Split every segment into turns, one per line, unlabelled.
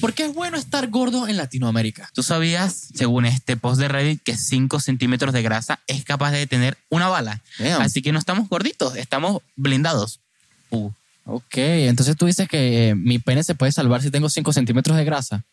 ¿Por qué es bueno estar gordo en Latinoamérica? ¿Tú sabías, según este post de Reddit, que 5 centímetros de grasa es capaz de detener una bala?
Damn.
Así que no estamos gorditos, estamos blindados. Uh,
Ok, entonces tú dices que eh, mi pene se puede salvar si tengo 5 centímetros de grasa.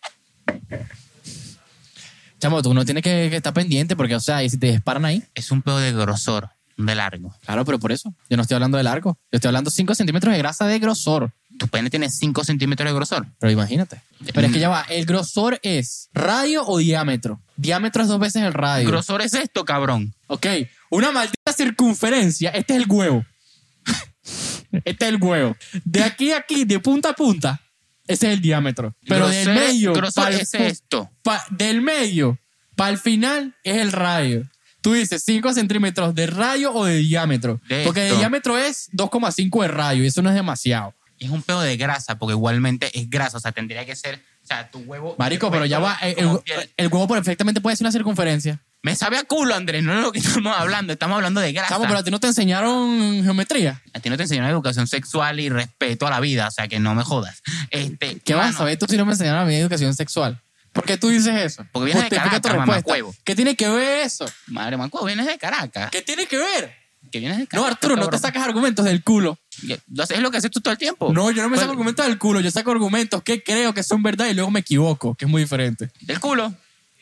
Chamo, tú no tienes que, que estar pendiente porque, o sea, y si te disparan ahí.
es un pedo de grosor, de largo.
Claro, pero por eso. Yo no estoy hablando de largo. Yo estoy hablando 5 centímetros de grasa de grosor.
Tu pene tiene 5 centímetros de grosor.
Pero imagínate. Pero es que ya va. El grosor es radio o diámetro. Diámetro es dos veces el radio.
Grosor es esto, cabrón.
ok. Una maldita circunferencia. Este es el huevo. este es el huevo. De aquí a aquí, de punta a punta, ese es el diámetro. Pero del
Grosor-
medio.
Grosor
pa'l
es
pu-
esto.
pa- del medio para el final es el radio. Tú dices 5 centímetros de radio o de diámetro.
De
porque de
esto.
diámetro es 2,5 de radio y eso no es demasiado.
Es un pedo de grasa, porque igualmente es grasa. O sea, tendría que ser. O sea, tu huevo.
Marico, pero ya va. eh, El,
Como
el-
piel.
el huevo perfectamente puede ser una circunferencia.
Me sabe a culo, Andrés. No es lo que estamos hablando. Estamos hablando de grasa.
Chamo, pero a ti no te enseñaron geometría.
A ti no te enseñaron educación sexual y respeto a la vida, o sea que no me jodas. Este,
¿Qué vas a
mano,
saber tú si no me enseñaron a mi educación sexual? ¿Por qué tú dices eso?
Porque vienes de
Justifica tu
Caracas,
respuesta.
mamacuevo.
¿Qué tiene que ver eso?
Madre manco, vienes de Caracas.
¿Qué tiene que ver?
Que vienes de
No,
Caracas.
Arturo, no te
cabrón.
sacas argumentos del culo.
Yo- lo haces- Es lo que haces tú todo el tiempo.
No, yo no me
Pues,
saco argumentos del culo, yo saco argumentos que creo que son verdad y luego me equivoco, que es muy diferente.
Del culo.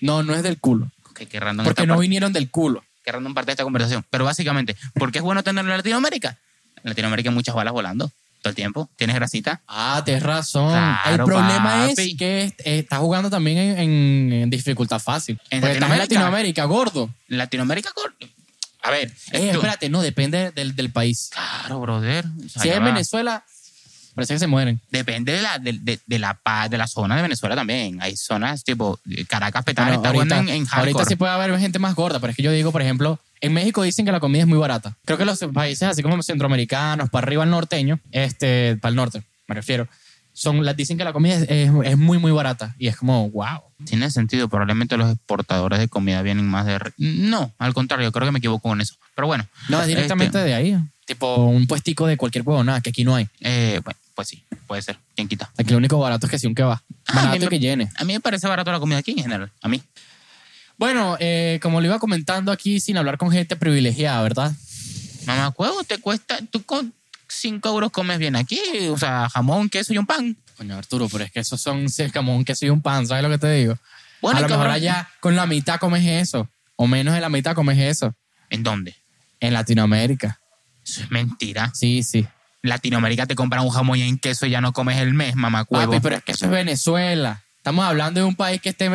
No, no es del culo,
Ok, qué random.
porque
esta
no
parte,
vinieron del culo.
qué random parte de esta conversación. Pero básicamente, ¿por qué es bueno tenerlo en Latinoamérica? En Latinoamérica hay muchas balas volando todo el tiempo. Tienes grasita.
Ah, tienes razón.
Claro,
el problema
papi.
es que est- eh, estás jugando también en, en- en dificultad fácil.
En
porque estás en
Latinoamérica.
Latinoamérica, gordo.
En Latinoamérica, cor- a ver.
Eh,
esto-
espérate, no, depende del, del país.
Claro, brother. O sea,
Si es
ya
en
va.
Venezuela, parece que se mueren.
Depende de la, de, de- de la, pa- de la zona de Venezuela también. Hay zonas tipo eh, Caracas, Petare,
Ah, Bueno,
está
ahorita,
bueno en, en hardcore.
ahorita sí puede haber gente más gorda, pero es que yo digo, por ejemplo, en México dicen que la comida es muy barata. Creo que los países así como centroamericanos, para arriba al norteño, este, para el norte, me refiero, son, la- dicen que la comida es, es- es muy, muy barata. Y es como, wow.
Tiene sentido, probablemente los exportadores de comida vienen más de... re- No, al contrario, creo que me equivoco con eso. Pero bueno.
No, es directamente
Este,
de ahí. Tipo un puestico de cualquier huevo, nada, que aquí no hay.
eh, bueno, pues sí, puede ser. ¿Quién quita?
Aquí lo único barato es que sí, un kebab.
Ah,
Barato
bien,
y que llene.
A mí me parece barato la comida aquí en general. A mí.
Bueno, eh, como lo iba comentando aquí, sin hablar con gente privilegiada, ¿verdad?
Mamá, cuevo, te cuesta... Tú con 5 euros comes bien aquí. O sea, jamón, queso y un pan.
Coño, Arturo, pero es que esos son si es jamón, que soy un pan, ¿sabes lo que te digo?
Bueno,
a lo mejor
cabrón.
allá con la mitad comes eso, o menos de la mitad comes eso.
¿En dónde?
En Latinoamérica.
Eso es mentira.
Sí, sí.
Latinoamérica te compran un jamón y en queso y ya no comes el mes, mamá
Papi,
cuevo.
pero es que eso es Venezuela. Estamos hablando de un país que esté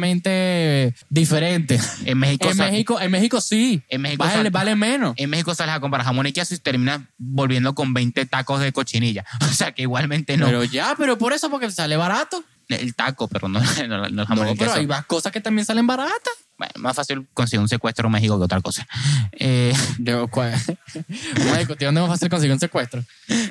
relativamente diferente.
En México,
En
sa-
México, en México sí.
En México
vale,
sal-
vale menos.
en México sales a comprar jamón y queso y terminas volviendo con 20 tacos de cochinilla. O sea que igualmente no.
Pero ya, pero por eso, porque sale barato.
el taco, pero no, no- no el jamón
No,
y el
pero
queso.
hay más cosas que también salen baratas.
Bueno, más fácil conseguir un secuestro en México que otra cosa. Eh,
Yo, cua- Vamos a discutir dónde vamos a hacer conseguir un secuestro.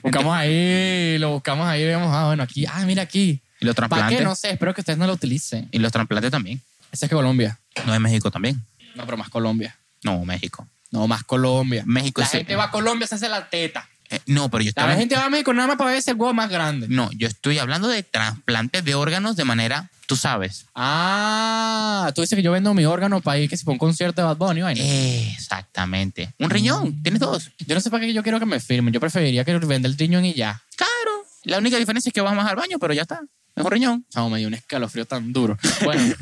Buscamos ahí, lo buscamos ahí, vemos, ah, bueno, aquí, ah, mira aquí.
y los
¿Para qué?
trasplantes.
No sé, espero que ustedes no lo utilicen.
Y los trasplantes también.
Ese es Colombia.
No en México también.
No, pero más Colombia.
No, México.
No, más Colombia.
México
La
es-
gente va a Colombia, se hace la teta.
Eh, no, pero yo
La
estaba.
gente va a México nada más para ver ese huevo más grande.
No, yo estoy hablando de trasplantes de órganos de manera, tú sabes.
Ah, tú dices que yo vendo mi órgano para ir que si para un concierto de Bad Bunny, vaina.
Exactamente. Un
Mm.
riñón, tienes dos.
Yo no sé para qué yo quiero que me firmen. Yo preferiría que venda el riñón y ya.
Claro. La única diferencia es que vas más al baño, pero ya está. Es un riñón.
No, me dio un escalofrío tan duro. Bueno,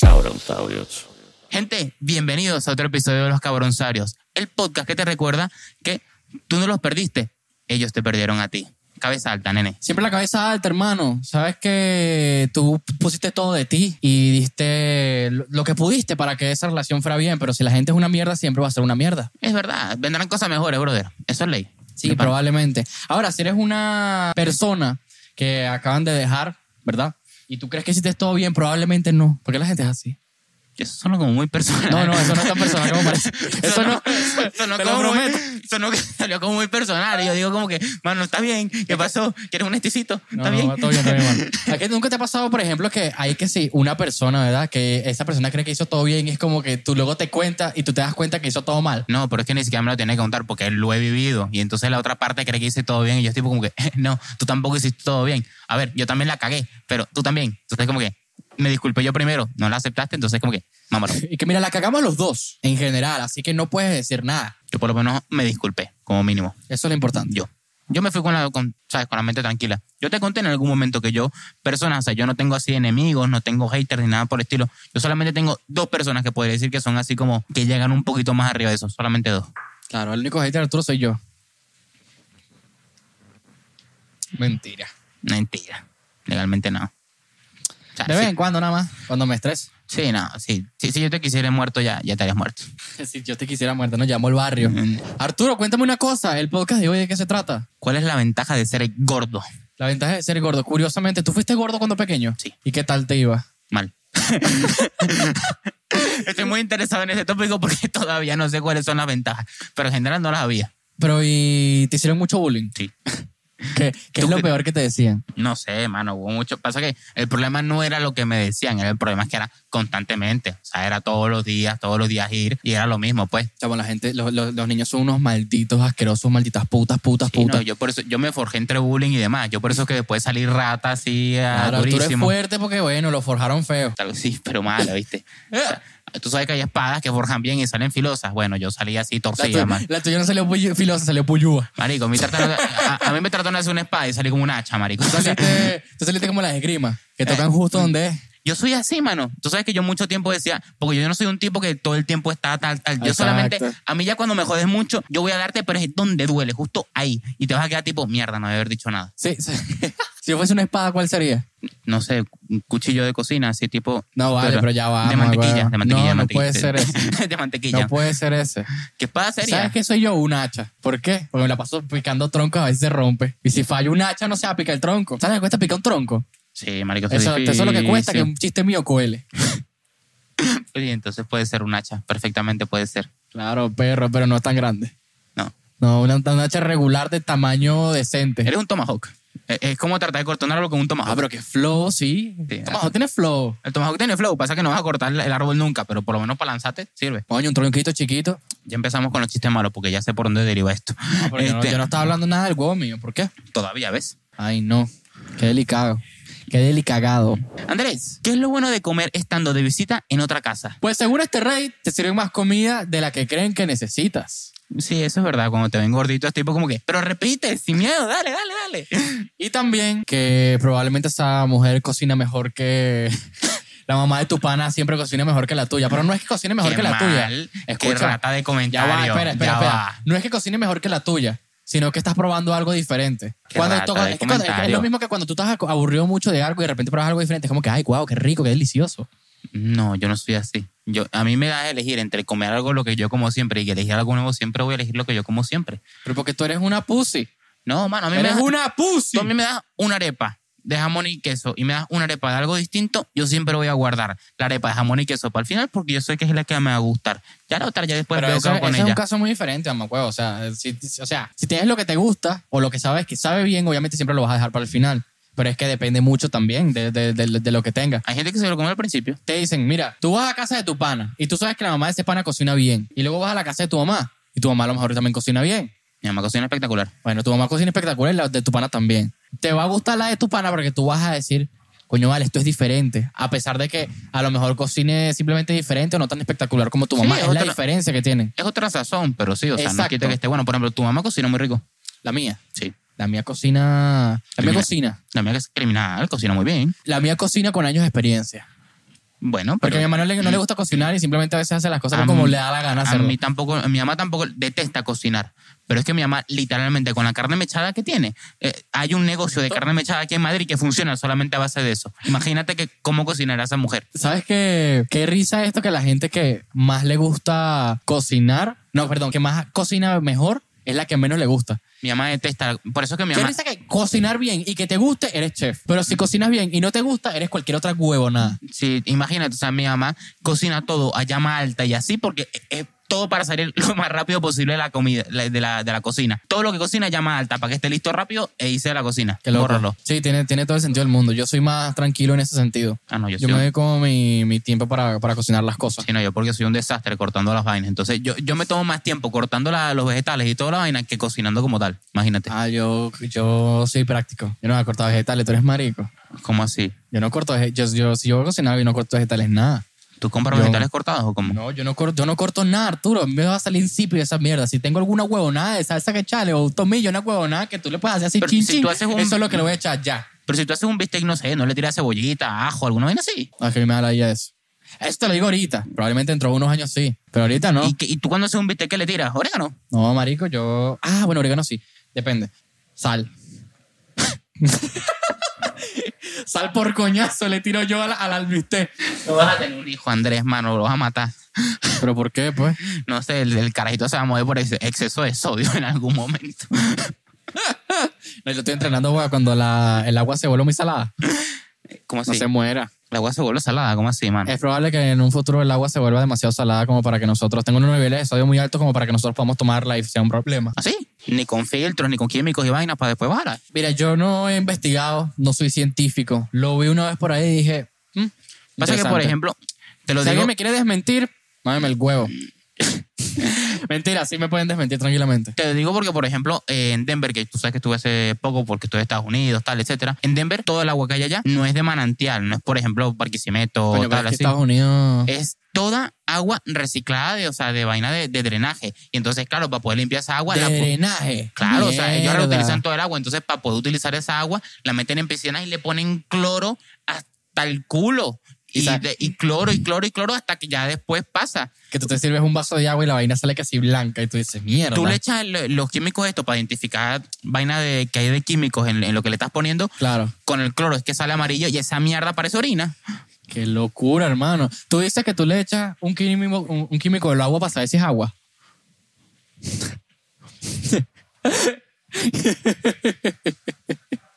Cabronsaurios.
Gente, bienvenidos a otro episodio de Los Cabronzarios, el podcast que te recuerda que tú no los perdiste, ellos te perdieron a ti. Cabeza alta, nene.
siempre la cabeza alta, hermano. Sabes que tú pusiste todo de ti y diste lo lo que pudiste para que esa relación fuera bien. Pero si la gente es una mierda, siempre va a ser una mierda.
Es verdad, vendrán cosas mejores, brother. Eso es ley.
Sí,
De pan.
probablemente. Ahora, si eres una persona que acaban de dejar, ¿verdad? Y tú crees que hiciste todo bien, probablemente no, porque la gente es así.
Eso suena como muy personal.
No, no, eso no es tan personal como parece. Eso no. ¿eh?
sonó
te lo
como muy-
prometo.
sonó que salió como muy personal. Y yo digo como que, mano, ¿está bien? ¿Qué pasó? ¿Quieres un esticito?
No,
¿Está bien?
no, todo bien, todo bien, mano. ¿A qué nunca te ha pasado, por ejemplo, que hay que sí, una persona, ¿verdad? Que esa persona cree que hizo todo bien y es como que tú luego te cuentas y tú te das cuenta que hizo todo mal.
No, pero es que ni siquiera me lo tienes que contar porque lo he vivido. Y entonces la otra parte cree que hice todo bien. Y yo estoy como que, no, tú tampoco hiciste todo bien. A ver, yo también la cagué, pero tú también. Entonces como que, me disculpé yo primero, no la aceptaste, entonces como que, mámalo.
Y que mira, la cagamos los dos en general, así que no puedes decir nada.
Yo por lo menos me disculpé, como mínimo.
Eso es lo importante.
Yo. Yo me fui con la, con, ¿sabes? con la mente tranquila. Yo te conté en algún momento que yo, personas, o sea, yo no tengo así enemigos, no tengo haters ni nada por el estilo. Yo solamente tengo dos personas que podría decir que son así como que llegan un poquito más arriba de eso, solamente dos.
Claro, el único hater de Arturo soy yo. Mentira.
Mentira. Legalmente no. O sea,
De vez
sí,
en cuando nada más, cuando me estreso.
sí, no, sí. Sí, Si yo te quisiera muerto, ya, ya estarías muerto.
Si yo te quisiera muerta, nos llamó el barrio.
Mm.
Arturo, cuéntame una cosa, el podcast de hoy de qué se trata.
¿Cuál es la ventaja de ser gordo?
La ventaja de ser gordo. Curiosamente, ¿tú fuiste gordo cuando pequeño?
Sí.
¿Y qué tal te iba?
Mal. Estoy muy interesado en ese tópico porque todavía no sé cuáles son las ventajas, pero en general no las había.
Pero y te hicieron mucho bullying.
Sí.
¿Qué, qué es
¿Tú
lo
qué-
peor que te decían?
No sé, mano, hubo mucho. Pasa que el problema no era lo que me decían, era el problema es que era constantemente. O sea, era todos los días, todos los días ir y era lo mismo, pues.
Chamo, la gente, los, los- los niños son unos malditos, asquerosos, malditas putas, putas,
Sí,
putas.
no, yo por eso, yo me forjé entre bullying y demás. Yo por eso que después salí rata así, ah,
Claro, Arturo es
durísimo.
fuerte porque, bueno, lo forjaron feo.
Tal- Sí, pero malo, ¿viste? O
Ah.
sea, Tú sabes que hay espadas que forjan bien y salen filosas. Bueno, yo salí así
La,
torcida,
tuya-
man.
la tuya no salió puyu- filosa, salió puyúa.
Marico, a mí, trataron de- a, a mí me trataron de hacer una espada y salí como una hacha, marico.
Tú saliste, tú saliste como las esgrimas, que
Eh.
tocan justo donde es.
Yo soy así, mano. Tú sabes que yo mucho tiempo decía, porque yo no soy un tipo que todo el tiempo está tal, tal. Yo
Exacto.
solamente, a mí ya cuando me jodes mucho, yo voy a darte, pero es donde duele, justo ahí. Y te vas a quedar tipo, mierda, no debe haber dicho nada.
Sí, sí. si yo fuese una espada, ¿cuál sería?
No sé, un cuchillo de cocina, así tipo.
No, vale, pero, ya va.
De mantequilla, de
no,
mantequilla, de
no
mantequilla.
puede ser ese.
de mantequilla.
No puede ser ese.
¿Qué espada sería?
¿Sabes qué soy yo? Un hacha. ¿Por qué? Porque me la paso picando troncos, a veces se rompe. Y si fallo un hacha, no se va a picar el tronco. ¿Sabes lo que cuesta picar un tronco?
Sí, marico, eso,
Eso, eso es lo que cuesta, que un chiste mío cuele.
Y entonces puede ser un hacha, perfectamente puede ser.
Claro, perro, pero no es tan grande.
No.
No, una, una hacha regular de tamaño decente.
Eres un tomahawk. Es, es como tratar de cortar un árbol con un tomahawk.
Ah, pero que flow, sí.
Sí,
Toma, no tiene flow.
El tomahawk tiene flow, pasa que no vas a cortar el árbol nunca, pero por lo menos para lanzarte sirve.
Coño, un tronquito chiquito.
Ya empezamos con los chistes malos porque ya sé por dónde deriva esto.
No, pero yo, no,
Este,
yo no estaba hablando nada del huevo mío. ¿Por qué?
Todavía, ¿ves?
Ay, no. Qué delicado. Qué delicagado.
Andrés, ¿qué es lo bueno de comer estando de visita en otra casa?
Pues según este rey, te sirven más comida de la que creen que necesitas.
Sí, eso es verdad. Cuando te ven gordito es tipo como que, pero repite, sin miedo, dale, dale, dale.
Y también que probablemente esa mujer cocina mejor que... La mamá de tu pana siempre cocina mejor que la tuya. Pero no es que cocine mejor
Qué
que la
mal,
tuya.
Qué
Escucha,
rata de
Ya
comentario.
va, espera, espera,
ya
espera.
va.
No es que cocine mejor que la tuya, sino que estás probando algo diferente.
Qué rata
toca-
de
es, que cuando- es que es
comentario.
lo mismo que cuando tú estás acu- aburrido mucho de algo y de repente pruebas algo diferente, es como que, ay, guau, qué rico, qué delicioso.
No, yo no soy así. Yo, a mí me da a elegir entre comer algo lo que yo como siempre y elegir algo nuevo, siempre voy a elegir lo que yo como siempre.
Pero porque tú eres una pussy.
No, mano, a mí me
eres
da...
una pussy.
Tú a mí me das una arepa de jamón y queso y me das una arepa de algo distinto, yo siempre voy a guardar la arepa de jamón y queso para el final porque yo sé que es la que me va a gustar. Ya la otra ya después
Pero
veo qué
eso,
hago con
ese es un
ella.
caso muy diferente, mamacuevo. O sea, si, o sea, si tienes lo que te gusta o lo que sabes que sabe bien, obviamente siempre lo vas a dejar para el final. Pero es que depende mucho también de, de- de- de lo que tengas.
Hay gente que se lo come al principio.
te dicen, mira, tú vas a casa de tu pana y tú sabes que la mamá de ese pana cocina bien. Y luego vas a la casa de tu mamá y tu mamá a lo mejor también cocina bien.
Mi mamá cocina espectacular.
Bueno, tu mamá cocina espectacular y la de tu pana también. Te va a gustar la de tu pana porque tú vas a decir, coño, vale, esto es diferente. A pesar de que a lo mejor cocine simplemente diferente o no tan espectacular como tu
Sí,
mamá.
es
es la
otra-
diferencia que tienen.
Es otra sazón, pero sí, o sea, no
Exacto.
quita que esté bueno. Por ejemplo, tu mamá cocina muy rico.
La mía.
Sí.
La mía cocina. La mía
Mira.
cocina.
La mía que es criminal, cocina muy bien.
La mía cocina con años de experiencia.
Bueno,
Porque a mi
pero
mamá no le, no le gusta cocinar y simplemente a veces hace las cosas
Mm. A
como
mí-
le da la gana
a
hacerlo.
mí tampoco, mi mamá tampoco detesta cocinar. Pero es que mi mamá, literalmente, con la carne mechada que tiene, eh, hay un negocio de carne mechada aquí en Madrid que funciona solamente a base de eso. Imagínate que cómo cocinará esa mujer.
¿Sabes qué? Qué risa esto que la gente que más le gusta cocinar, no, perdón, que más cocina mejor es la que menos le gusta.
Mi mamá detesta. Por eso es que mi
Qué
mamá.
risa que cocinar bien y que te guste, eres chef. Pero si cocinas bien y no te gusta, eres cualquier otra huevonada.
Sí, imagínate, o sea, mi mamá cocina todo a llama alta y así porque es todo para salir lo más rápido posible de la comida, la- de la, de la cocina. Todo lo que cocina a llama alta para que esté listo rápido e hice la cocina.
Qué loco.
Bórralo.
Sí, tiene, tiene todo el sentido del mundo. Yo soy más tranquilo en ese sentido.
Ah, no, yo,
Yo me
soy un,
doy como mi, mi tiempo para, para cocinar las cosas.
sí, no, yo porque soy un desastre cortando las vainas. Entonces yo, yo me tomo más tiempo cortando la- los vegetales y toda la vaina que cocinando como tal. Imagínate.
Ah, yo, yo soy práctico. Yo no he cortado vegetales, tú eres marico.
¿Cómo así?
Yo no corto vege- yo, yo Si yo voy a cocinar, yo no corto vegetales nada.
¿Tú compras
Yo-
vegetales cortados o cómo?
No, yo no, corto, yo no corto nada, Arturo. Me va a salir insípido esa mierda. Si tengo alguna huevonada de salsa que echarle o un tomillo, una huevonada que tú le puedes hacer así
Pero
chin,
si
chin,
tú haces un-
eso es lo que le voy a echar ya.
Pero si tú haces un bistec, no sé, no le tiras cebollita, ajo, alguna vaina así.
Ah, que a mí me da la idea de eso. Esto te lo digo ahorita. Probablemente dentro de unos años sí. Pero ahorita no.
¿Y, que- ¿Y tú cuando haces un bistec, qué le tiras? ¿Orégano?
No, marico, yo. Ah, bueno, orégano sí. Depende. Sal. Sal por coñazo le tiro yo al, al albiste.
No vas a tener un hijo, Andrés, mano, lo vas a matar.
¿Pero por qué, pues?
No sé, el, el carajito se va a mover por ex- exceso de sodio en algún momento.
No, yo estoy entrenando agua cuando la- el agua se vuelve muy salada.
¿Cómo así?
No se Eh. muera.
La agua se vuelve salada, ¿cómo así, mano?
Es probable que en un futuro el agua se vuelva demasiado salada como para que nosotros tenga unos niveles de sodio muy altos como para que nosotros podamos tomarla y sea un problema.
¿Así? Ni con filtros, ni con químicos y vainas para después bajar.
Mira, yo no he investigado, no soy científico. Lo vi una vez por ahí y dije. "Mm,
Pasa que, por
interesante".
ejemplo, te lo
si
digo...
alguien me quiere desmentir, mámeme el huevo. Mentira, sí me pueden desmentir tranquilamente.
Te digo porque, por ejemplo, eh, en Denver, que tú sabes que estuve hace poco porque estuve en Estados Unidos, tal, etcétera. En Denver, todo el agua que hay allá no es de manantial, no es, por ejemplo, Barquisimeto,
Coño, pero es
tal,
que
así. Eh,
Estados Unidos.
Es toda agua reciclada, de, o sea, de vaina de, de drenaje. Y entonces, claro, para poder limpiar esa agua,
de
la,
drenaje.
Claro, o sea, ellos
Mierda.
reutilizan todo el agua. Entonces, para poder utilizar esa agua, la meten en piscinas y le ponen cloro hasta el culo.
Y
Y,
sa-
de- y cloro, y cloro, y cloro, hasta que ya después pasa.
Que tú te sirves un vaso de agua y la vaina sale casi blanca y tú dices, mierda.
Tú le echas lo- los químicos esto para identificar vaina de, que hay de químicos en, en lo que le estás poniendo.
Claro.
Con el cloro es que sale amarillo y esa mierda parece orina.
Qué locura, hermano. Tú dices que tú le echas un químico, un, un químico del agua para saber si es agua.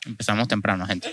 Empezamos temprano, gente.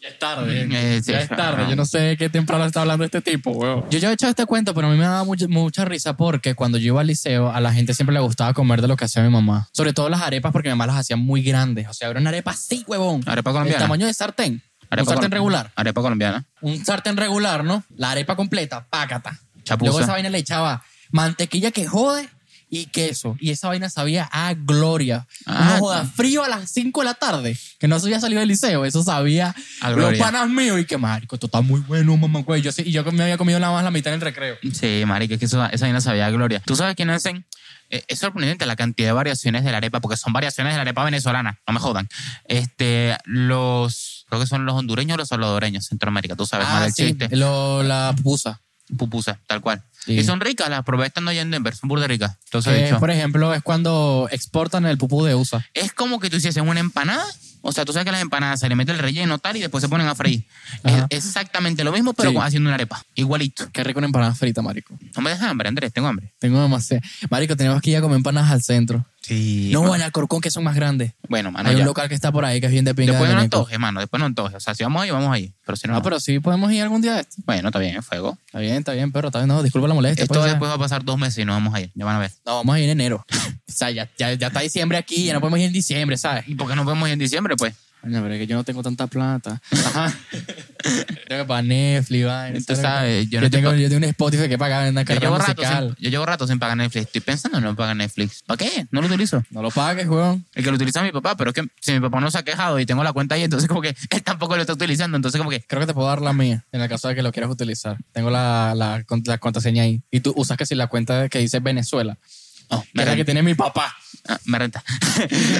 Ya es tarde.
Eh, sí.
ya es tarde. Yo no sé qué temprano está hablando este tipo, weón. Yo ya he echado este cuento, pero a mí me daba mucha, mucha risa porque cuando yo iba al liceo, a la gente siempre le gustaba comer de lo que hacía mi mamá. Sobre todo las arepas, porque mi mamá las hacía muy grandes. O sea, era una arepa así, huevón.
Arepa
El
colombiana.
tamaño de sartén.
Arepa
un sartén
col-
regular.
Arepa colombiana.
Un sartén regular, ¿no? La arepa completa, pácata.
Chapuza.
Luego esa vaina le echaba mantequilla que jode y queso. Y esa vaina sabía a gloria.
Ah.
no joda, frío a las 5 de la tarde, que no se había salido del liceo. Eso sabía
A
los
gloria.
panas míos. Y que, marico, esto está muy bueno, mamá, güey. Yo, sí- y yo me había comido nada más la mitad en el recreo.
Sí, marica, es que eso- esa vaina sabía a gloria. ¿Tú sabes quién hacen? Eh, es sorprendente la cantidad de variaciones de la arepa, porque son variaciones de la arepa venezolana, no me jodan. Este, los, creo que son los hondureños o los salvadoreños, Centroamérica, tú sabes más
Ah,
del
sí,
chiste.
lo, la pupusa.
Pupusa, tal cual.
Sí.
Y son ricas, las probé estando allá en Denver, son burda ricas. Entonces,
Que,
dicho,
por ejemplo, es cuando exportan el pupú de USA.
es como que tú hicieses una empanada, o sea, tú sabes que las empanadas se le mete el relleno tal y después se ponen a freír.
Ajá.
Es exactamente lo mismo, pero
Sí.
con- haciendo una arepa, igualito.
Qué rico una empanada frita, marico.
No me dejas hambre, Andrés, tengo hambre.
Tengo demasiado. Marico, tenemos que ir a comer empanadas al centro.
Sí.
No, en Alcorcón, que son más grandes.
bueno, mano,
Hay
Ah, ya.
un local que está por ahí que es bien de pinga.
Después
de
no
Veneco.
antoje, mano. Después no antoje. O sea, si vamos ahí, vamos ahí. Pero si no,
No, pero sí podemos ir algún día de esto.
bueno, está bien, fuego.
Está bien, está bien, pero está bien. No, disculpa la molestia.
Esto
pues, ya.
después va a pasar dos meses y no vamos a ir. Ya van a ver.
No, vamos a ir en enero. o sea, ya, ya, ya está diciembre aquí, ya no podemos ir en diciembre, ¿sabes?
¿Y por qué no podemos ir en diciembre, pues?
Coño, pero es que yo no tengo tanta plata. Ajá. Tengo que pagar Netflix, vaina,
Tú sabes, yo
Yo,
no
tengo,
tengo-
yo tengo un Spotify que pagar en una
Yo
carrera
llevo, rato
musical.
sin, yo llevo rato sin pagar Netflix. Estoy pensando en no pagar Netflix. ¿Para qué? No lo utilizo.
No lo pagues, weón.
El que lo utiliza es mi papá, pero es que si mi papá no se ha quejado y tengo la cuenta ahí, entonces como que él tampoco lo está utilizando. Entonces como que
Creo que te puedo dar la mía, en el caso de que lo quieras utilizar. Tengo la, la, con- la contraseña ahí. Y tú usas que si la cuenta que dice Venezuela,
oh,
que
me,
es la
renta.
que tiene mi papá.
Ah, me renta.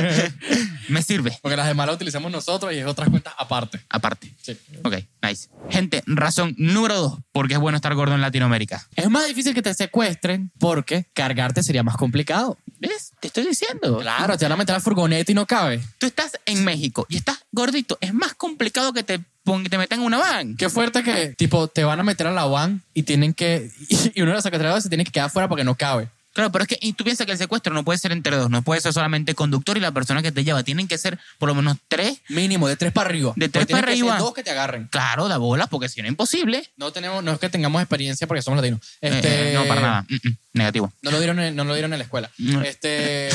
me sirve.
Porque las demás las utilizamos nosotros y es otras cuentas aparte.
Aparte.
Sí.
Ok, nice. Gente, razón número dos, porque es bueno estar gordo en Latinoamérica.
Es más difícil que te secuestren porque cargarte sería más complicado.
¿Ves? Te estoy diciendo.
Claro, te van a meter a la furgoneta y no cabe.
tú estás en México y estás gordito, es más complicado que te, pon- que te metan en una van.
Qué fuerte que, tipo, te van a meter a la van y tienen que. Y uno de los secretarios se tiene que quedar fuera porque no cabe.
Claro, pero es que y tú piensas que el secuestro no puede ser entre dos, no puede ser solamente el conductor y la persona que te lleva. Tienen que ser por lo menos tres,
Mínimo, de tres para arriba.
De tres
Porque tiene
para
que ser
arriba.
Dos que te agarren.
claro, de bola, porque si no, imposible.
No, tenemos, no es que tengamos experiencia porque somos latinos. Este,
Eh, eh, no, para nada. Mm, mm, negativo.
No lo dieron en, no lo dieron en la escuela.
No.
Este,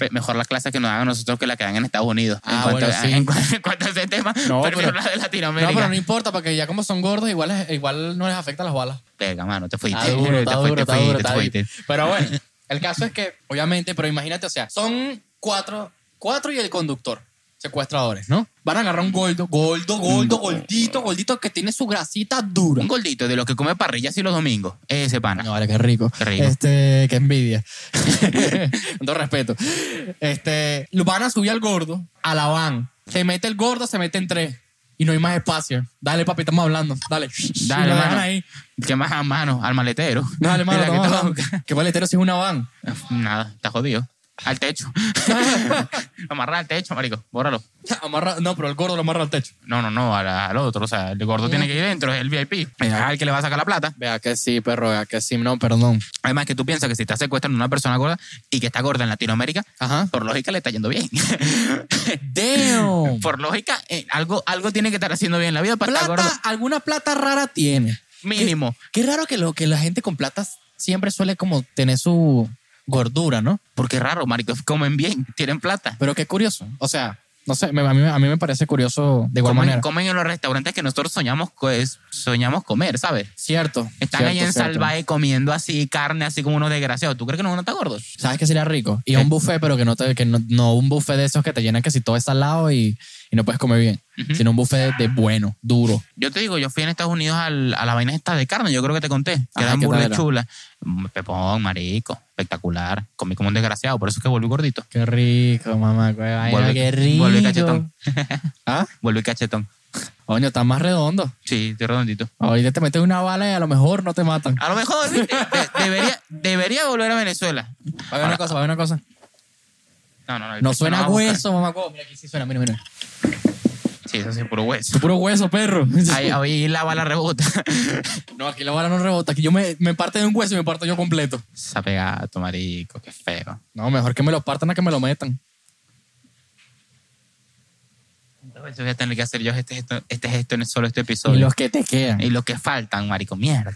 Pe- Mejor las clases que nos hagan nosotros que las que dan en Estados Unidos.
Ah,
en, cuanto,
bueno, sí.
en cua- en cuanto a ese tema,
No, pero-
prefiero hablar de
no,
Latinoamérica.
pero no importa porque ya como son gordos, igual, es- igual no les afectan las balas.
Pega, mano, te fuiste.
Está Ah, duro,
te
está
fuiste,
duro,
te
está
fuiste,
duro,
te
está
fuiste.
duro. Pero bueno, el caso es que, obviamente, pero imagínate, o sea, son cuatro, cuatro y el conductor, secuestradores, ¿no? Van a agarrar un gordo, gordo, gordo, gordito, gordito que tiene su grasita dura.
Un gordito de los que come parrillas y los domingos. Ese pana.
No, vale, qué rico.
Qué rico.
Este, qué envidia. Con todo respeto. Este, lo van a subir al gordo, a la van. Se mete el gordo, se mete en tres. Y no hay más espacio. Dale, papi, estamos hablando. Dale.
Dale,
Y lo
mano.
dejan ahí.
¿Qué más a mano? Al maletero.
Dale, mano,
De la que
estamos
todo-
hablando. Qué paletero si es una van.
Nada, está jodido. Al techo. Amarrar al techo, marico. Bórralo.
Amarra, no, pero el gordo lo amarra al techo.
No, no, no, al, al otro. O sea, el gordo tiene que ir dentro, es el VIP. Es al que le va a sacar la plata.
Vea que sí, perro, vea que sí, no, perdón.
Además, que tú piensas que si estás secuestrando a una persona gorda y que está gorda en Latinoamérica,
Ajá.
por lógica le está yendo bien.
Damn.
por lógica, eh, algo, algo tiene que estar haciendo bien en la vida para estar
plata,
gordo.
alguna plata rara tiene.
Mínimo.
Qué raro que, lo, que la gente con plata siempre suele como tener su gordura, ¿no?
Porque es raro, marico. Comen bien, tienen plata.
Pero qué curioso. O sea, no sé, me- a, mí, a mí me parece curioso de igual
Comen,
manera.
comen en los restaurantes que nosotros soñamos, co- es- soñamos comer, ¿sabes?
Cierto.
Están
cierto,
ahí en
cierto.
Salvae comiendo así carne, así como unos desgraciados. ¿Tú crees que no, no está gordo?
¿Sabes qué sería rico? Y un buffet, pero que no, te, que no, no un buffet de esos que te llenan que si todo es salado y, y no puedes comer bien, sino un buffet de, de bueno, duro.
Yo te digo, yo fui en Estados Unidos al- a la vaina esta de carne, yo creo que te conté, que
Ajá,
eran
¿qué tal
burles
era?
chulas. Mm, Pepón, marico, espectacular. Comí como un desgraciado, por eso es que volví gordito.
Qué rico, mamá. Qué, vaina,
Vuelve-
qué rico.
vuelve cachetón.
¿Ah?
Volví cachetón.
Coño, está más redondo.
Sí, estoy redondito.
Ahorita te meten una bala y a lo mejor no te matan.
A lo mejor de- de- debería, debería volver a Venezuela.
Va a haber una cosa, va a haber una cosa.
No, no, no. el
No
pecho
suena
va a buscar.
hueso, mamá. huevo. Mira, aquí sí suena, mira, mira.
Sí, eso sí es puro
Es
hueso.
puro hueso, perro.
Ahí, ahí la bala rebota.
No, aquí la bala no rebota. Aquí yo me, me parte de un hueso y me parto yo completo.
Sapegato, marico, qué feo.
No, mejor que me lo partan a que me lo metan.
Entonces voy a tener que hacer yo este gesto, este gesto en solo este episodio.
Y los que te quedan.
Y los que faltan, marico, mierda.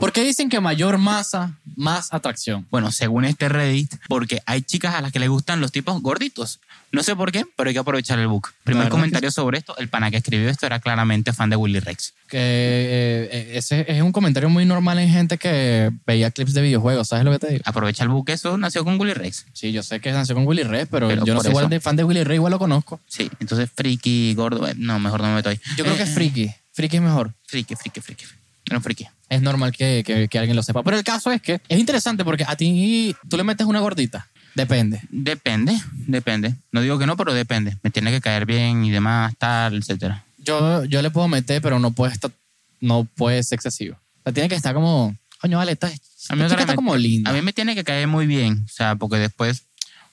¿Por qué dicen que mayor masa, más atracción?
Bueno, según este Reddit, porque hay chicas a las que les gustan los tipos gorditos. No sé por qué, pero hay que aprovechar el book. Primer
verdad
comentario sobre esto, el pana que escribió esto era claramente fan de Willy Rex.
Que eh, ese es un comentario muy normal en gente que veía clips de videojuegos. ¿Sabes lo que te digo?
Aprovecha el book, eso nació con Willy Rex.
Sí, yo sé que nació con Willy Red, pero,
Pero
yo no
por
soy igual
eso.
de fan de Willy Red, igual lo conozco.
Sí, entonces friki, gordo, eh, no, mejor no me meto ahí.
Yo creo
Eh,
que es friki. Friki es mejor.
friki, friki, friki. Era un friki.
Es normal que, que- que alguien lo sepa. Pero el caso es que es interesante porque a ti tú le metes una gordita. Depende.
Depende, depende. No digo que no, pero depende. Me tiene que caer bien y demás, tal, etcétera.
Yo, yo le puedo meter, pero no puede estar, no puede ser excesivo. O sea, tiene que estar como, coño, vale, esta, esta
A mí me
chica
tiene
está
que-
como
A
linda.
mí me tiene que caer muy bien, o sea, porque después,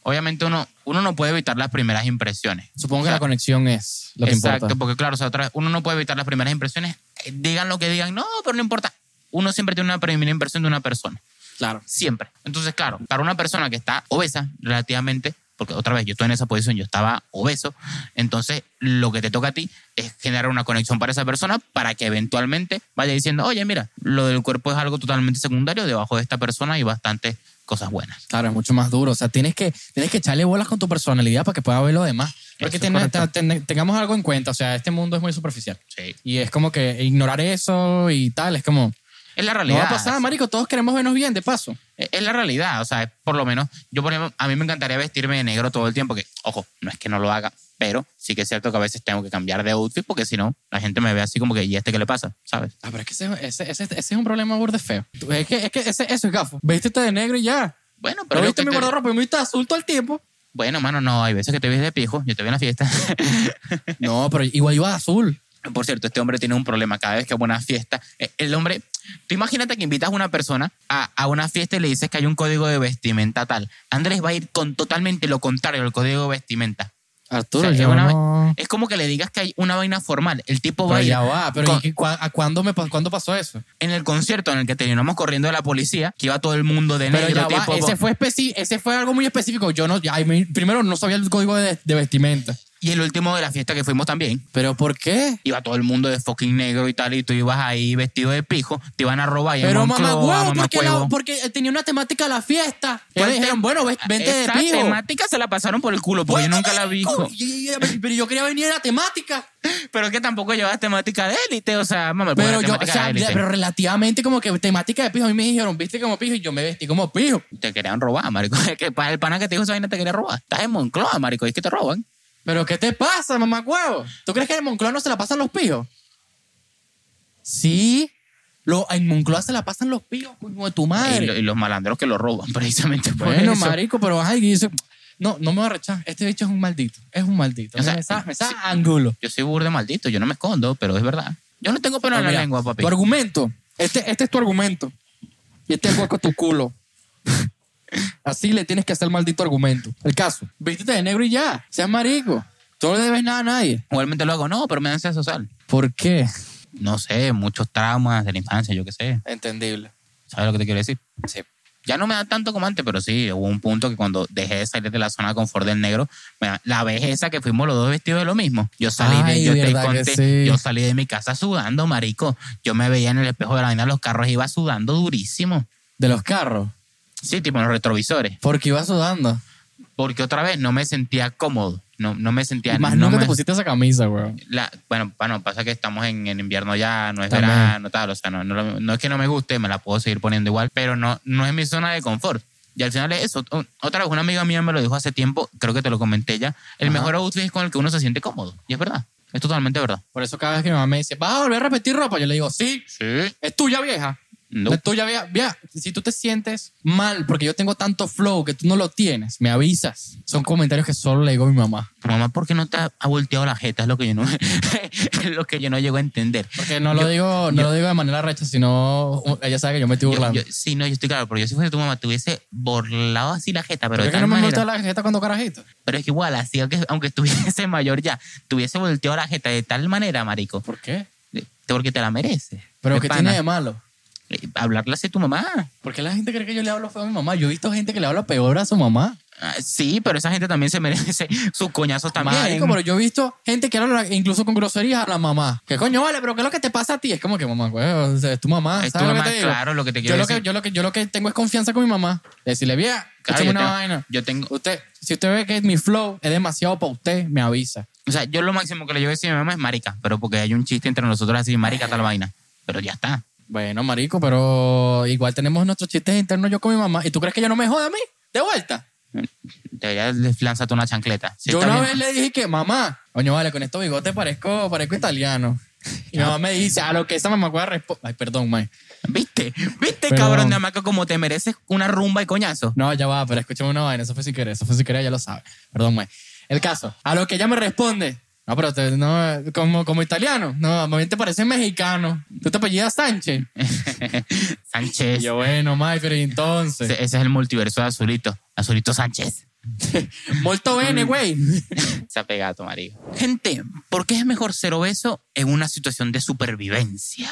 obviamente uno, uno no puede evitar las primeras impresiones.
Supongo
O
que
sea,
la conexión es lo que
Exacto,
importa.
porque claro, o sea, otra vez, uno no puede evitar las primeras impresiones. Eh, Digan lo que digan, no, pero no importa. Uno siempre tiene una primera impresión de una persona,
Claro.
siempre. Entonces, claro, para una persona que está obesa relativamente, porque otra vez yo estoy en esa posición, yo estaba obeso, entonces lo que te toca a ti es generar una conexión para esa persona para que eventualmente vaya diciendo, oye, mira, lo del cuerpo es algo totalmente secundario, debajo de esta persona hay bastantes cosas buenas.
Claro, es mucho más duro. O sea, tienes que, tienes que echarle bolas con tu personalidad para que pueda ver lo demás. Porque
Eso es
ten-
correcto.
ten- ten- tengamos algo en cuenta. O sea, este mundo es muy superficial.
Sí.
Y es como que ignorar eso y tal, es como,
Es la
no
realidad.
va a pasar, marico, todos queremos vernos bien, de paso.
Es es la realidad, o sea, es por lo menos, yo por ejemplo, a mí me encantaría vestirme de negro todo el tiempo, que, ojo, no es que no lo haga, pero sí que es cierto que a veces tengo que cambiar de outfit porque si no, la gente me ve así como que, ¿y este qué le pasa? ¿Sabes?
Ah, pero es que ese, ese- ese- ese es un problema burde feo. Tú- Es que, es que ese- eso es gafo. Vístete de negro y ya.
Bueno, pero...
Pero
lo
viste
que
mi
te-
guardarropa y me viste azul todo el tiempo.
Bueno, mano, no, hay veces que te ves de pijo, yo te vi en la fiesta.
No, pero igual iba de azul.
por cierto, este hombre tiene un problema cada vez que va a una fiesta. eh, El hombre, tú imagínate que invitas a una persona a, a una fiesta y le dices que hay un código de vestimenta tal. Andrés va a ir con totalmente lo contrario al código de vestimenta.
Arturo,
O sea,
yo
es una-
no-
Es como que le digas que hay una vaina formal. El tipo va
Pero
a ir
ya va, pero
Con-
¿y qué- cua- ¿a cuándo, me, pa- cuándo pasó eso?
en el concierto en el que terminamos corriendo de la policía, que iba todo el mundo de
Pero
negro,
ya va,
tipo,
ese fue, especi- ese fue algo muy específico. Yo no, ya, I mean, primero no sabía el código de, de vestimenta.
y el último de la fiesta que fuimos también.
¿Pero por qué?
Iba todo el mundo de fucking negro y tal, y tú ibas ahí vestido de pijo, te iban a robar. Y en
Pero
Moncloa,
mamá huevo, porque, la-
mamacuevo.
porque tenía una temática la fiesta.
¿Cuál
Pues dijeron,
te-
bueno, ve- vente de
Esa
pijo.
temática se la pasaron por el culo, porque
Bueno,
yo nunca la vi.
marico, y- y- y- Pero yo quería venir a la temática.
Pero es que tampoco llevas temática de élite, o sea, mamá, pues
Pero
la
yo, o
temática
sea,
de élite.
pero relativamente como que temática de pijo. A mí me dijeron, viste como pijo y yo me vestí como pijo.
Te querían robar, marico. Es que pa- el pana que te dijo esa vaina te quería robar. Estás en Moncloa, marico, y es que te roban.
¿Pero qué te pasa, mamá huevo? ¿Tú crees que en Moncloa no se la pasan los pijos? Sí. Lo, en Moncloa se la pasan los pijos, coño de tu
Y,
madre.
lo- y los malandros que lo roban, precisamente por
bueno,
eso.
marico, pero vas ahí y dices, no, no me voy a rechazar. Este bicho es un maldito. Es un maldito.
O sea,
me sabe, me sabe
sí.
ángulo.
Yo soy burde maldito, yo no me escondo, pero es verdad. Yo no tengo pelo en
Ah, Mira,
la lengua, papi.
Tu argumento. Este, este es tu argumento. Y este es hueco tu culo. Así le tienes que hacer el maldito argumento. El caso. Vístete de negro y ya. Seas marico. Tú no le debes nada a nadie.
Igualmente lo hago, no, pero me dan ansiedad social.
¿Por qué?
No sé, muchos traumas de la infancia, yo qué sé.
Entendible.
¿Sabes lo que te quiero decir?
Sí.
Ya no me da tanto como antes, pero sí, hubo un punto que cuando dejé de salir de la zona de confort del negro, me da- la vez esa que fuimos los dos vestidos de lo mismo, yo salí
Ay,
de, yo te
verdad que
conté,
sí.
yo salí de mi casa sudando, marico. Yo me veía en el espejo de la vaina de los carros y iba sudando durísimo.
De los carros.
Sí, tipo en los retrovisores.
Porque ibas sudando.
Porque otra vez no me sentía cómodo. No, no me sentía...
Y más
no
nunca
me-
te pusiste esa camisa, weón.
la- bueno, bueno, pasa que estamos en, en invierno ya, no es
También.
verano, tal, o sea, no, no, lo- no es que no me guste, me la puedo seguir poniendo igual, pero no, no es mi zona de confort. Y al final es eso. O- Otra vez, una amiga mía me lo dijo hace tiempo, creo que te lo comenté ya, el
Ajá.
mejor outfit es con el que uno se siente cómodo. Y es verdad, es totalmente verdad.
Por eso cada vez que mi mamá me dice, ¿vas a volver a repetir ropa? Yo le digo, sí,
Sí.
es tuya vieja.
No.
Es tuya vieja. Vieja, si tú te sientes mal porque yo tengo tanto flow que tú no lo tienes, me avisas. Son comentarios que solo le digo a mi mamá.
Tu mamá, ¿por qué no te ha, ha volteado la jeta? Es lo que yo no, es lo que yo no llego a entender.
Porque no lo
Yo-
digo no
yo-
lo digo de manera recha, sino uh, ella sabe que yo me estoy
Yo-
burlando.
yo- sí, no, yo estoy claro, porque yo si fuese tu mamá, te hubiese burlado así la jeta,
pero
pero de
es que
tal
no me
manera-
gusta la jeta cuando carajito.
Pero es que igual, así aunque, aunque estuviese mayor ya, tuviese volteado la jeta de tal manera, marico,
¿Por qué?
de- porque te la mereces.
Pero
De
¿qué
pana.
tiene de malo?
Eh, Hablarle así a tu mamá.
Porque la gente cree que yo le hablo feo a mi mamá. Yo he visto gente que le habla peor a su mamá.
Ah, sí, pero esa gente también se merece sus coñazos también.
Marico, pero yo he visto gente que habla incluso con groserías a la mamá. Que coño vale? ¿Pero qué es lo que te pasa a ti? Es como que mamá, weón, o sea, es tu mamá.
es tu
¿sabes lo que
mamá,
te digo?
claro, lo que te
yo
quiero
lo,
decir.
que, yo, lo que, yo lo que tengo es confianza con mi mamá. Decirle, vieja,
Claro,
échame
yo
una
tengo-
vaina.
Yo tengo,
Usted, si usted ve que mi flow es demasiado para usted, me avisa.
o sea, yo lo máximo que le llevo a decir a mi mamá es marica, pero porque hay un chiste entre nosotros así, marica tal vaina. Pero ya está.
Bueno, marico, pero igual tenemos nuestros chistes internos yo con mi mamá. ¿Y tú crees que ella no me joda a mí? De vuelta.
Deberías lanzarte una chancleta. Sí,
yo
está
una vez
bien.
le dije que, mamá, coño, vale, con estos bigotes parezco, parezco italiano. Y mi mamá me dice, a lo que esa mamá cueva responde. Ay, perdón, mae.
¿Viste? ¿Viste,
Pero-
cabrón de hamaca, como te mereces una rumba y coñazo?
No, ya va, pero escúchame una vaina, eso fue sin querer, eso fue sin querer, ya lo sabe. Perdón, mae. El caso, a lo que ella me responde, no, pero te- no, eh, como, como italiano, no, más bien te pareces mexicano. Tú te apellidas Sánchez.
Sánchez.
Y yo, bueno, mae, pero ¿y entonces.
Ese, ese es el multiverso de Azulito. Azulito Sánchez.
Molto bene, güey.
Se ha pegado, marido. Gente, ¿por qué es mejor ser obeso en una situación de supervivencia?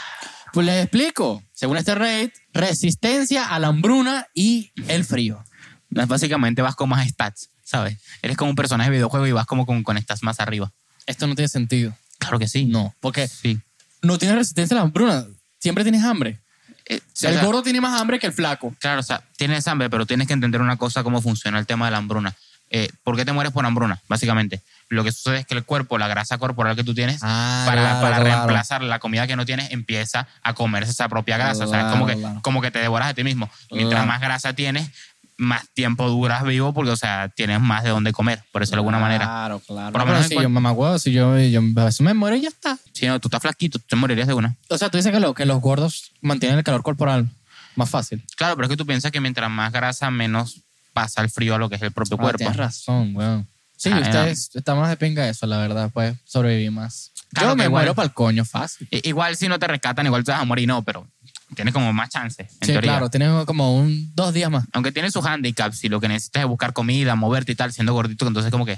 Pues les explico, según este raid, resistencia a la hambruna y el frío.
No, Básicamente vas con más stats, ¿sabes? Eres como un personaje de videojuego y vas como con, con stats más arriba.
Esto no tiene sentido.
Claro que sí.
No, porque
Sí.
no tienes resistencia a la hambruna, siempre tienes hambre.
Eh, o sea,
El gordo tiene más hambre que el flaco.
Claro, o sea, tienes hambre, pero tienes que entender una cosa, cómo funciona el tema de la hambruna. Eh, ¿Por qué te mueres por hambruna? Básicamente, lo que sucede es que el cuerpo, la grasa corporal que tú tienes,
Ah,
para,
claro,
para
claro.
reemplazar la comida que no tienes, empieza a comerse esa propia grasa. o sea, es
Claro,
como que,
claro.
como que te devoras a ti mismo. Mientras
Claro.
más grasa tienes, más tiempo duras vivo porque, o sea, tienes más de dónde comer, por eso de alguna manera.
Claro, claro.
Por lo
No,
menos
pero si
en
yo mamá si yo, yo a veces me muero y ya está.
Si no, tú estás flaquito, tú te morirías de una.
O sea, tú dices que, lo, que los gordos mantienen el calor corporal más fácil.
Claro, pero es que tú piensas que mientras más grasa, menos pasa el frío a lo que es el propio
Ah,
cuerpo.
tienes razón, weón. Sí,
Ah,
ustedes están más de pinga eso, la verdad, pues sobreviví más.
Claro
yo
que
me
igual.
muero para el coño fácil.
I- Igual si no te rescatan, igual te vas a morir, no, pero tienes como más chances, en
sí,
teoría.
claro, tienes como un dos días más.
Aunque tienes sus handicaps, si lo que necesitas es buscar comida, moverte y tal, siendo gordito, entonces como que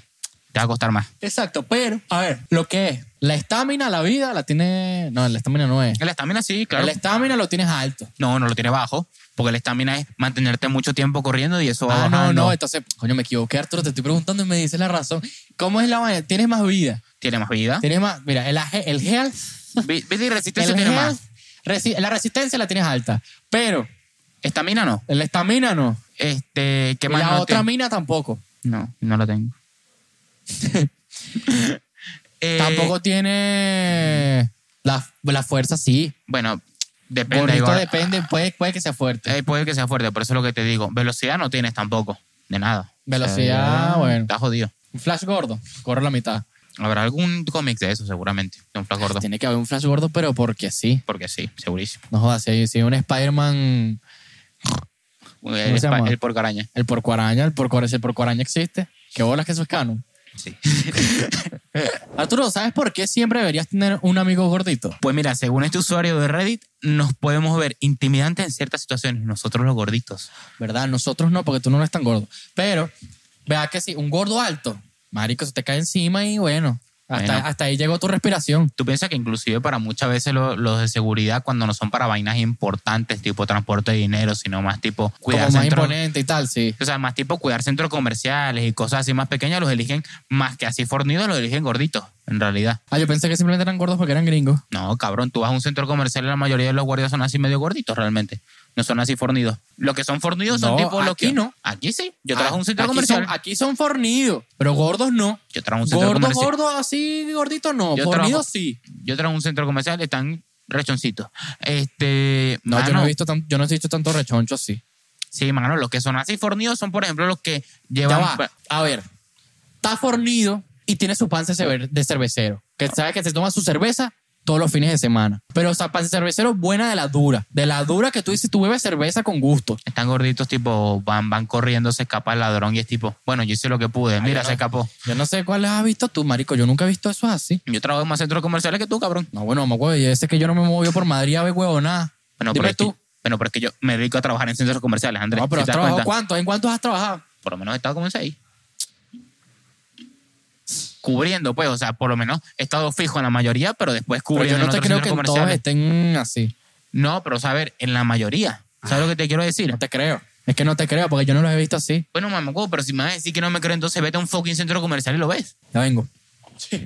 te va a costar más.
Exacto, pero, a ver, lo que es la estamina, la vida, la tiene. No, la estamina no es.
El estamina sí, claro.
La estamina lo tienes alto.
No, no lo tienes bajo, porque el estamina es mantenerte mucho tiempo corriendo y eso va
Ah, no,
bajando.
no, entonces, coño, me equivoqué, Arturo, te estoy preguntando y me dices la razón. ¿Cómo es la vaina? Tienes más vida.
Tiene más vida.
Tienes más. Mira, el, ag- el health.
Vi- Vida y
el
Ah. resistencia tiene
health,
más.
resi- la resistencia la tienes alta, pero
Estamina no.
la estamina no.
Este, ¿qué
Y
más
la
no
otra
tengo?
mina tampoco.
No, no lo tengo. Eh,
Tampoco tiene. La, la fuerza sí.
Bueno, depende.
Bonito
igual.
depende, puede, puede que sea fuerte.
Eh, puede que sea fuerte, por eso es lo que te digo. Velocidad no tienes tampoco, de nada.
Velocidad, bueno.
Está jodido.
Un flash gordo, corre la mitad.
Habrá algún cómic de eso, seguramente. De un flash gordo.
Tiene que haber un flash gordo, pero porque sí.
Porque sí, segurísimo.
No jodas, si hay, si hay un Spider-Man,
El,
se
spa-
llama?
el por caraña.
el porcuaraña, el porcuaraña, si el porcuaraña existe, qué bolas que eso es canon.
Sí.
Arturo, ¿sabes por qué siempre deberías tener un amigo gordito?
Pues mira, según este usuario de Reddit, nos podemos ver intimidantes en ciertas situaciones, nosotros los gorditos.
¿Verdad? Nosotros no, porque tú no eres tan gordo. Pero, vea que sí, un gordo alto, marico, se te cae encima y bueno, hasta,
Bueno.
hasta ahí llegó tu respiración.
Tú piensas que inclusive para muchas veces lo- los de seguridad, cuando no son para vainas importantes, tipo transporte de dinero, sino más tipo cuidar
Como más
centros-
imponente y tal, sí.
o sea, más tipo cuidar centros comerciales y cosas así más pequeñas, los eligen más que así fornidos, los eligen gorditos, en realidad.
Ah, yo pensé que simplemente eran gordos porque eran gringos.
No, cabrón, tú vas a un centro comercial y la mayoría de los guardias son así medio gorditos realmente. No son así fornidos. Los que son fornidos
No,
son tipo los
aquí
que.
no. Ah,
Aquí sí. Yo trabajo en un centro
Aquí
comercial.
son- aquí son fornidos, pero gordos no.
Yo trabajo en un centro
Gordo,
comercial.
gordo, así gordito no.
Yo
Fornido
trabajo-
sí.
Yo trabajo en un centro comercial, están rechoncitos. Este.
No, Ah, yo
mano,
no he visto tan- yo no he visto tanto rechoncho así.
Sí, mano, los que son así fornidos son, por ejemplo, los que
Ya
llevan.
va. A ver, está fornido y tiene su panza ceber- de cervecero. Que sabe que se toma su cerveza todos los fines de semana. Pero esa panza de cervecero buena de la dura. De la dura que tú dices, tú bebes cerveza con gusto.
Están gorditos, tipo, van, van corriendo, se escapa el ladrón y es tipo, bueno, yo hice lo que pude, mira,
yo no.
se escapó.
Yo no sé cuáles has visto tú, marico. Yo nunca he visto eso así.
Yo trabajo en más centros comerciales que tú, cabrón.
No, bueno, me acuerdo. Yo sé que yo no me movió por Madrid a ver huevo nada.
Bueno, pero
Dime
es que-
tú.
bueno, pero es que yo me dedico a trabajar en centros comerciales, Andrés.
No, pero
si
has
te das
trabajado
cuenta.
cuántos? ¿En cuántos has trabajado?
por lo menos he estado como en seis. Cubriendo, pues, o sea, por lo menos he estado fijo en la mayoría, pero después
Pero
cubriendo
yo no
en
te
otros
creo
centros
que en todos
comerciales.
estén así.
No, pero, o sea, a ver, en la mayoría.
Ah.
¿Sabes lo que te quiero decir?
No te creo. Es que no te creo porque yo no los he visto así.
Bueno, mamá, pero si me vas a decir que no me creo, entonces vete a un fucking centro comercial y lo ves.
Ya vengo. ¿Te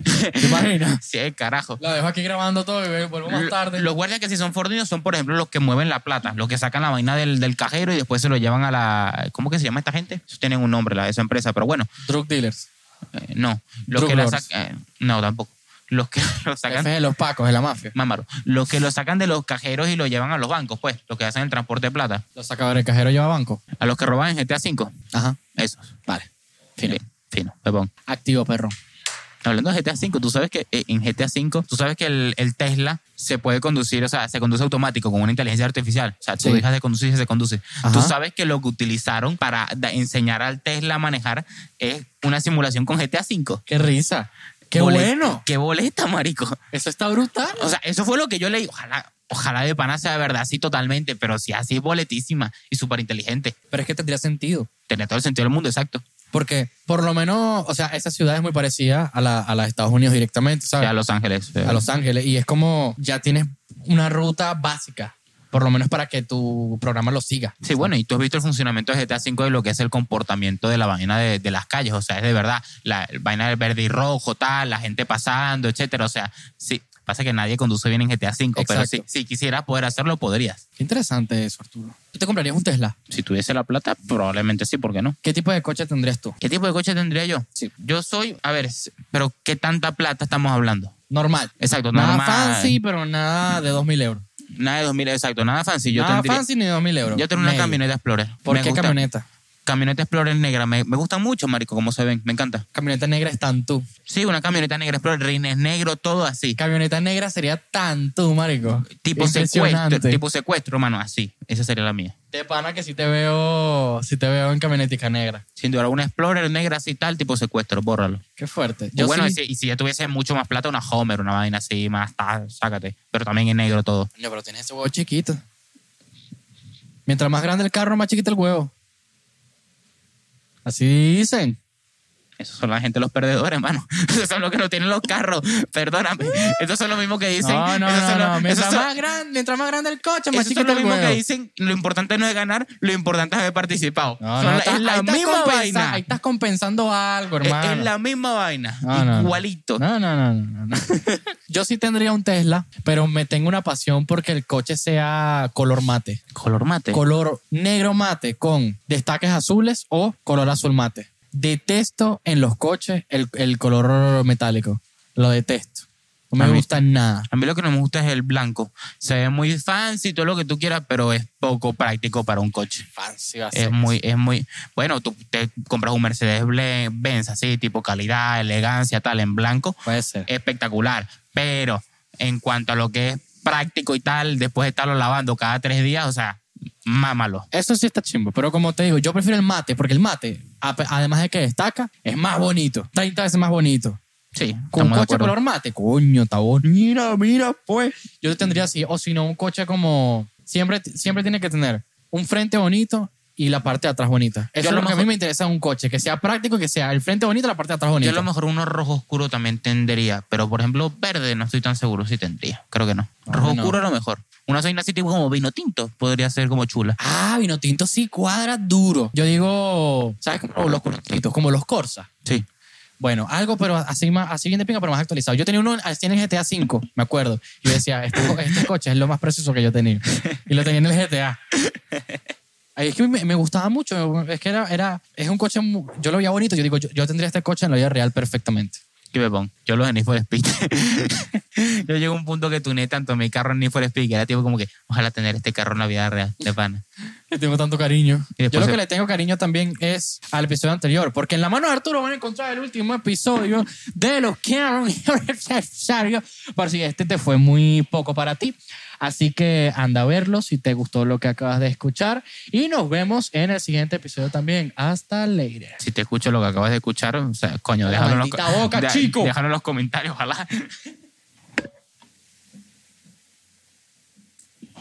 imaginas?
Sí, carajo.
La dejo aquí grabando todo y ve- vuelvo más tarde.
Los guardias que sí son fornidos son, por ejemplo, los que mueven la plata, los que sacan la vaina del, del cajero y después se lo llevan a la... ¿Cómo que se llama esta gente? Eso tienen un nombre, la, esa empresa, pero bueno,
Drug dealers.
eh, no. Los
Drug
que la
lords.
sacan... no, tampoco. Los que lo sacan...
Jefes de los pacos, de la mafia.
Mámaro. Los que lo sacan de los cajeros y lo llevan a los bancos, pues, los que hacen el transporte de plata.
Los sacadores de cajero lleva banco.
A los que roban en GTA V,
Ajá.
esos.
Vale. Fino.
Bien, fino, pepón.
Activo, perro.
Hablando de GTA V, tú sabes que eh, en GTA V, tú sabes que el, el Tesla se puede conducir, o sea, se conduce automático con una inteligencia artificial. O sea, tú
Sí.
dejas de conducir y se conduce.
Ajá.
Tú sabes que lo que utilizaron para da- enseñar al Tesla a manejar es una simulación con GTA V.
Qué risa. Qué
Bolet-
bueno.
¡Qué boleta, marico!
Eso está brutal.
O sea, eso fue lo que yo leí. Ojalá, ojalá de pana sea de verdad, sí, totalmente, pero si así es boletísima y súper inteligente.
Pero es que tendría sentido.
Tenía todo el sentido del mundo, exacto.
Porque, por lo menos, o sea, esa ciudad es muy parecida a la, a la de Estados Unidos directamente,
O
¿sabes?
sea, a Los Ángeles. eh,
a Los Ángeles y es como ya tienes una ruta básica, por lo menos para que tu programa lo siga.
Sí, bueno, y tú has visto el funcionamiento de GTA V de lo que es el comportamiento de la vaina de, de las calles. O sea, es de verdad, la vaina del verde y rojo, tal, la gente pasando, etcétera. O sea, sí, pasa que nadie conduce bien en GTA V, pero si,
Exacto.
si quisieras poder hacerlo, podrías.
Qué interesante eso, Arturo. ¿Tú te comprarías un Tesla?
Si tuviese la plata, probablemente sí, ¿por qué no?
¿Qué tipo de coche tendrías tú?
¿Qué tipo de coche tendría yo?
Sí.
Yo soy, a ver, s- pero ¿qué tanta plata estamos hablando?
Normal.
Exacto,
Nada
normal.
fancy, pero nada de 2.000 euros.
Nada de 2000, exacto, nada fancy. Yo
nada
tendría,
fancy ni de 2.000 euros.
yo tengo una
Medio.
camioneta Explorer.
¿Por
Me
qué
gusta-
camioneta?
Camioneta Explorer negra. Me, me gustan mucho, marico, como se ven. Me encanta.
Camioneta negra es tan tú.
Sí, una camioneta negra Explorer, rines negro, todo así.
Camioneta negra sería tan tú, marico.
Tipo
Impresionante.
secuestro, tipo secuestro, mano, así. Esa sería la mía.
De pana que sí te veo, sí te veo en camionetica negra.
Sin duda, una Explorer negra así tal, tipo secuestro, bórralo.
Qué fuerte.
O bueno,
sí-
y si- y si ya tuviese mucho más plata, una Homer, una vaina así, más tal, sácate. Pero también en negro todo.
Coño, pero tienes ese huevo chiquito. Mientras más grande el carro, más chiquito el huevo. Así dicen.
Esos son la gente los perdedores, hermano. Esos son los que no tienen los carros. Perdóname. Esos son los mismos que dicen.
No, no,
esos
no,
son los-
no. Mientras,
esos son-
más grande, mientras más grande el coche, más
Eso
chiquito
es lo
el
mismo
huevo.
que dicen, lo importante no es ganar, lo importante es haber participado.
No,
Son
no,
la-
estás-
es la
ahí estás
misma
compensa-
vaina.
Ahí estás compensando algo,
Es,
hermano.
es la misma vaina.
No, no, no.
Igualito.
No, no, no, no, no, no. Yo sí tendría un Tesla, pero me tengo una pasión porque el coche sea color mate.
Color mate.
Color negro mate con destaques azules o color azul mate. Detesto en los coches el, el color metálico. Lo detesto. No
A
me
mí-
gusta en nada.
a mí lo que no me gusta es el blanco. Se ve muy fancy, todo lo que tú quieras, pero es poco práctico para un coche.
Fancy va a
Es
ser.
muy, es muy. Bueno, tú te compras un Mercedes Ble- Benz así, tipo calidad, elegancia, tal, en blanco,
Puede ser.
espectacular. Pero en cuanto a lo que es práctico y tal, después de estarlo lavando cada tres días, o sea, mámalo.
Eso sí está chimbo, pero como te digo, yo prefiero el mate porque el mate, a- además de que destaca, es más bonito. 30 veces más bonito.
Sí,
Con un
estamos de
coche
acuerdo.
color mate, coño, está Mira, mira, pues. Yo tendría así, o si no, un coche como. Siempre, siempre tiene que tener un frente bonito y la parte de atrás bonita. Eso
Yo a
es
lo
lo que a mí
mejor-
me interesa de un coche, que sea práctico, que sea el frente bonito y la parte de atrás bonita.
Yo a lo mejor uno rojo oscuro también tendría, pero por ejemplo verde no estoy tan seguro si tendría. Creo que no.
No,
rojo
no.
oscuro a lo mejor. Una soina así tipo como vino tinto podría ser como chula.
Ah, vino tinto sí cuadra duro. Yo digo, ¿sabes? Como los cortitos, como los Corsa.
Sí.
Bueno, algo, pero así, más, así bien de pinga, pero más actualizado. Yo tenía uno al 100 en GTA V, me acuerdo. Y yo decía, este, co- este coche es lo más precioso que yo he tenido. Y lo tenía en el GTA. Ay, es que me, me gustaba mucho. Es que era, era, es un coche, mu- yo lo veía bonito. Yo digo, yo, yo tendría este coche en la vida real perfectamente.
Qué bebón. Yo los de Need for Speed. Yo llego a un punto que tuneé tanto mi carro en Need for Speed que era tipo como que ojalá tener este carro en la vida real de pana.
Le tengo tanto cariño.
Y después
Yo lo
se-
que le tengo cariño también es al episodio anterior, porque en la mano de Arturo van a encontrar el último episodio de los que Para si este te fue muy poco para ti. Así que anda a verlo si te gustó lo que acabas de escuchar. Y nos vemos en el siguiente episodio también. Hasta later.
Si te escucho lo que acabas de escuchar, o sea, coño,
La
déjalo en los,
maldita boca, chico.
déjalo en los comentarios, ojalá.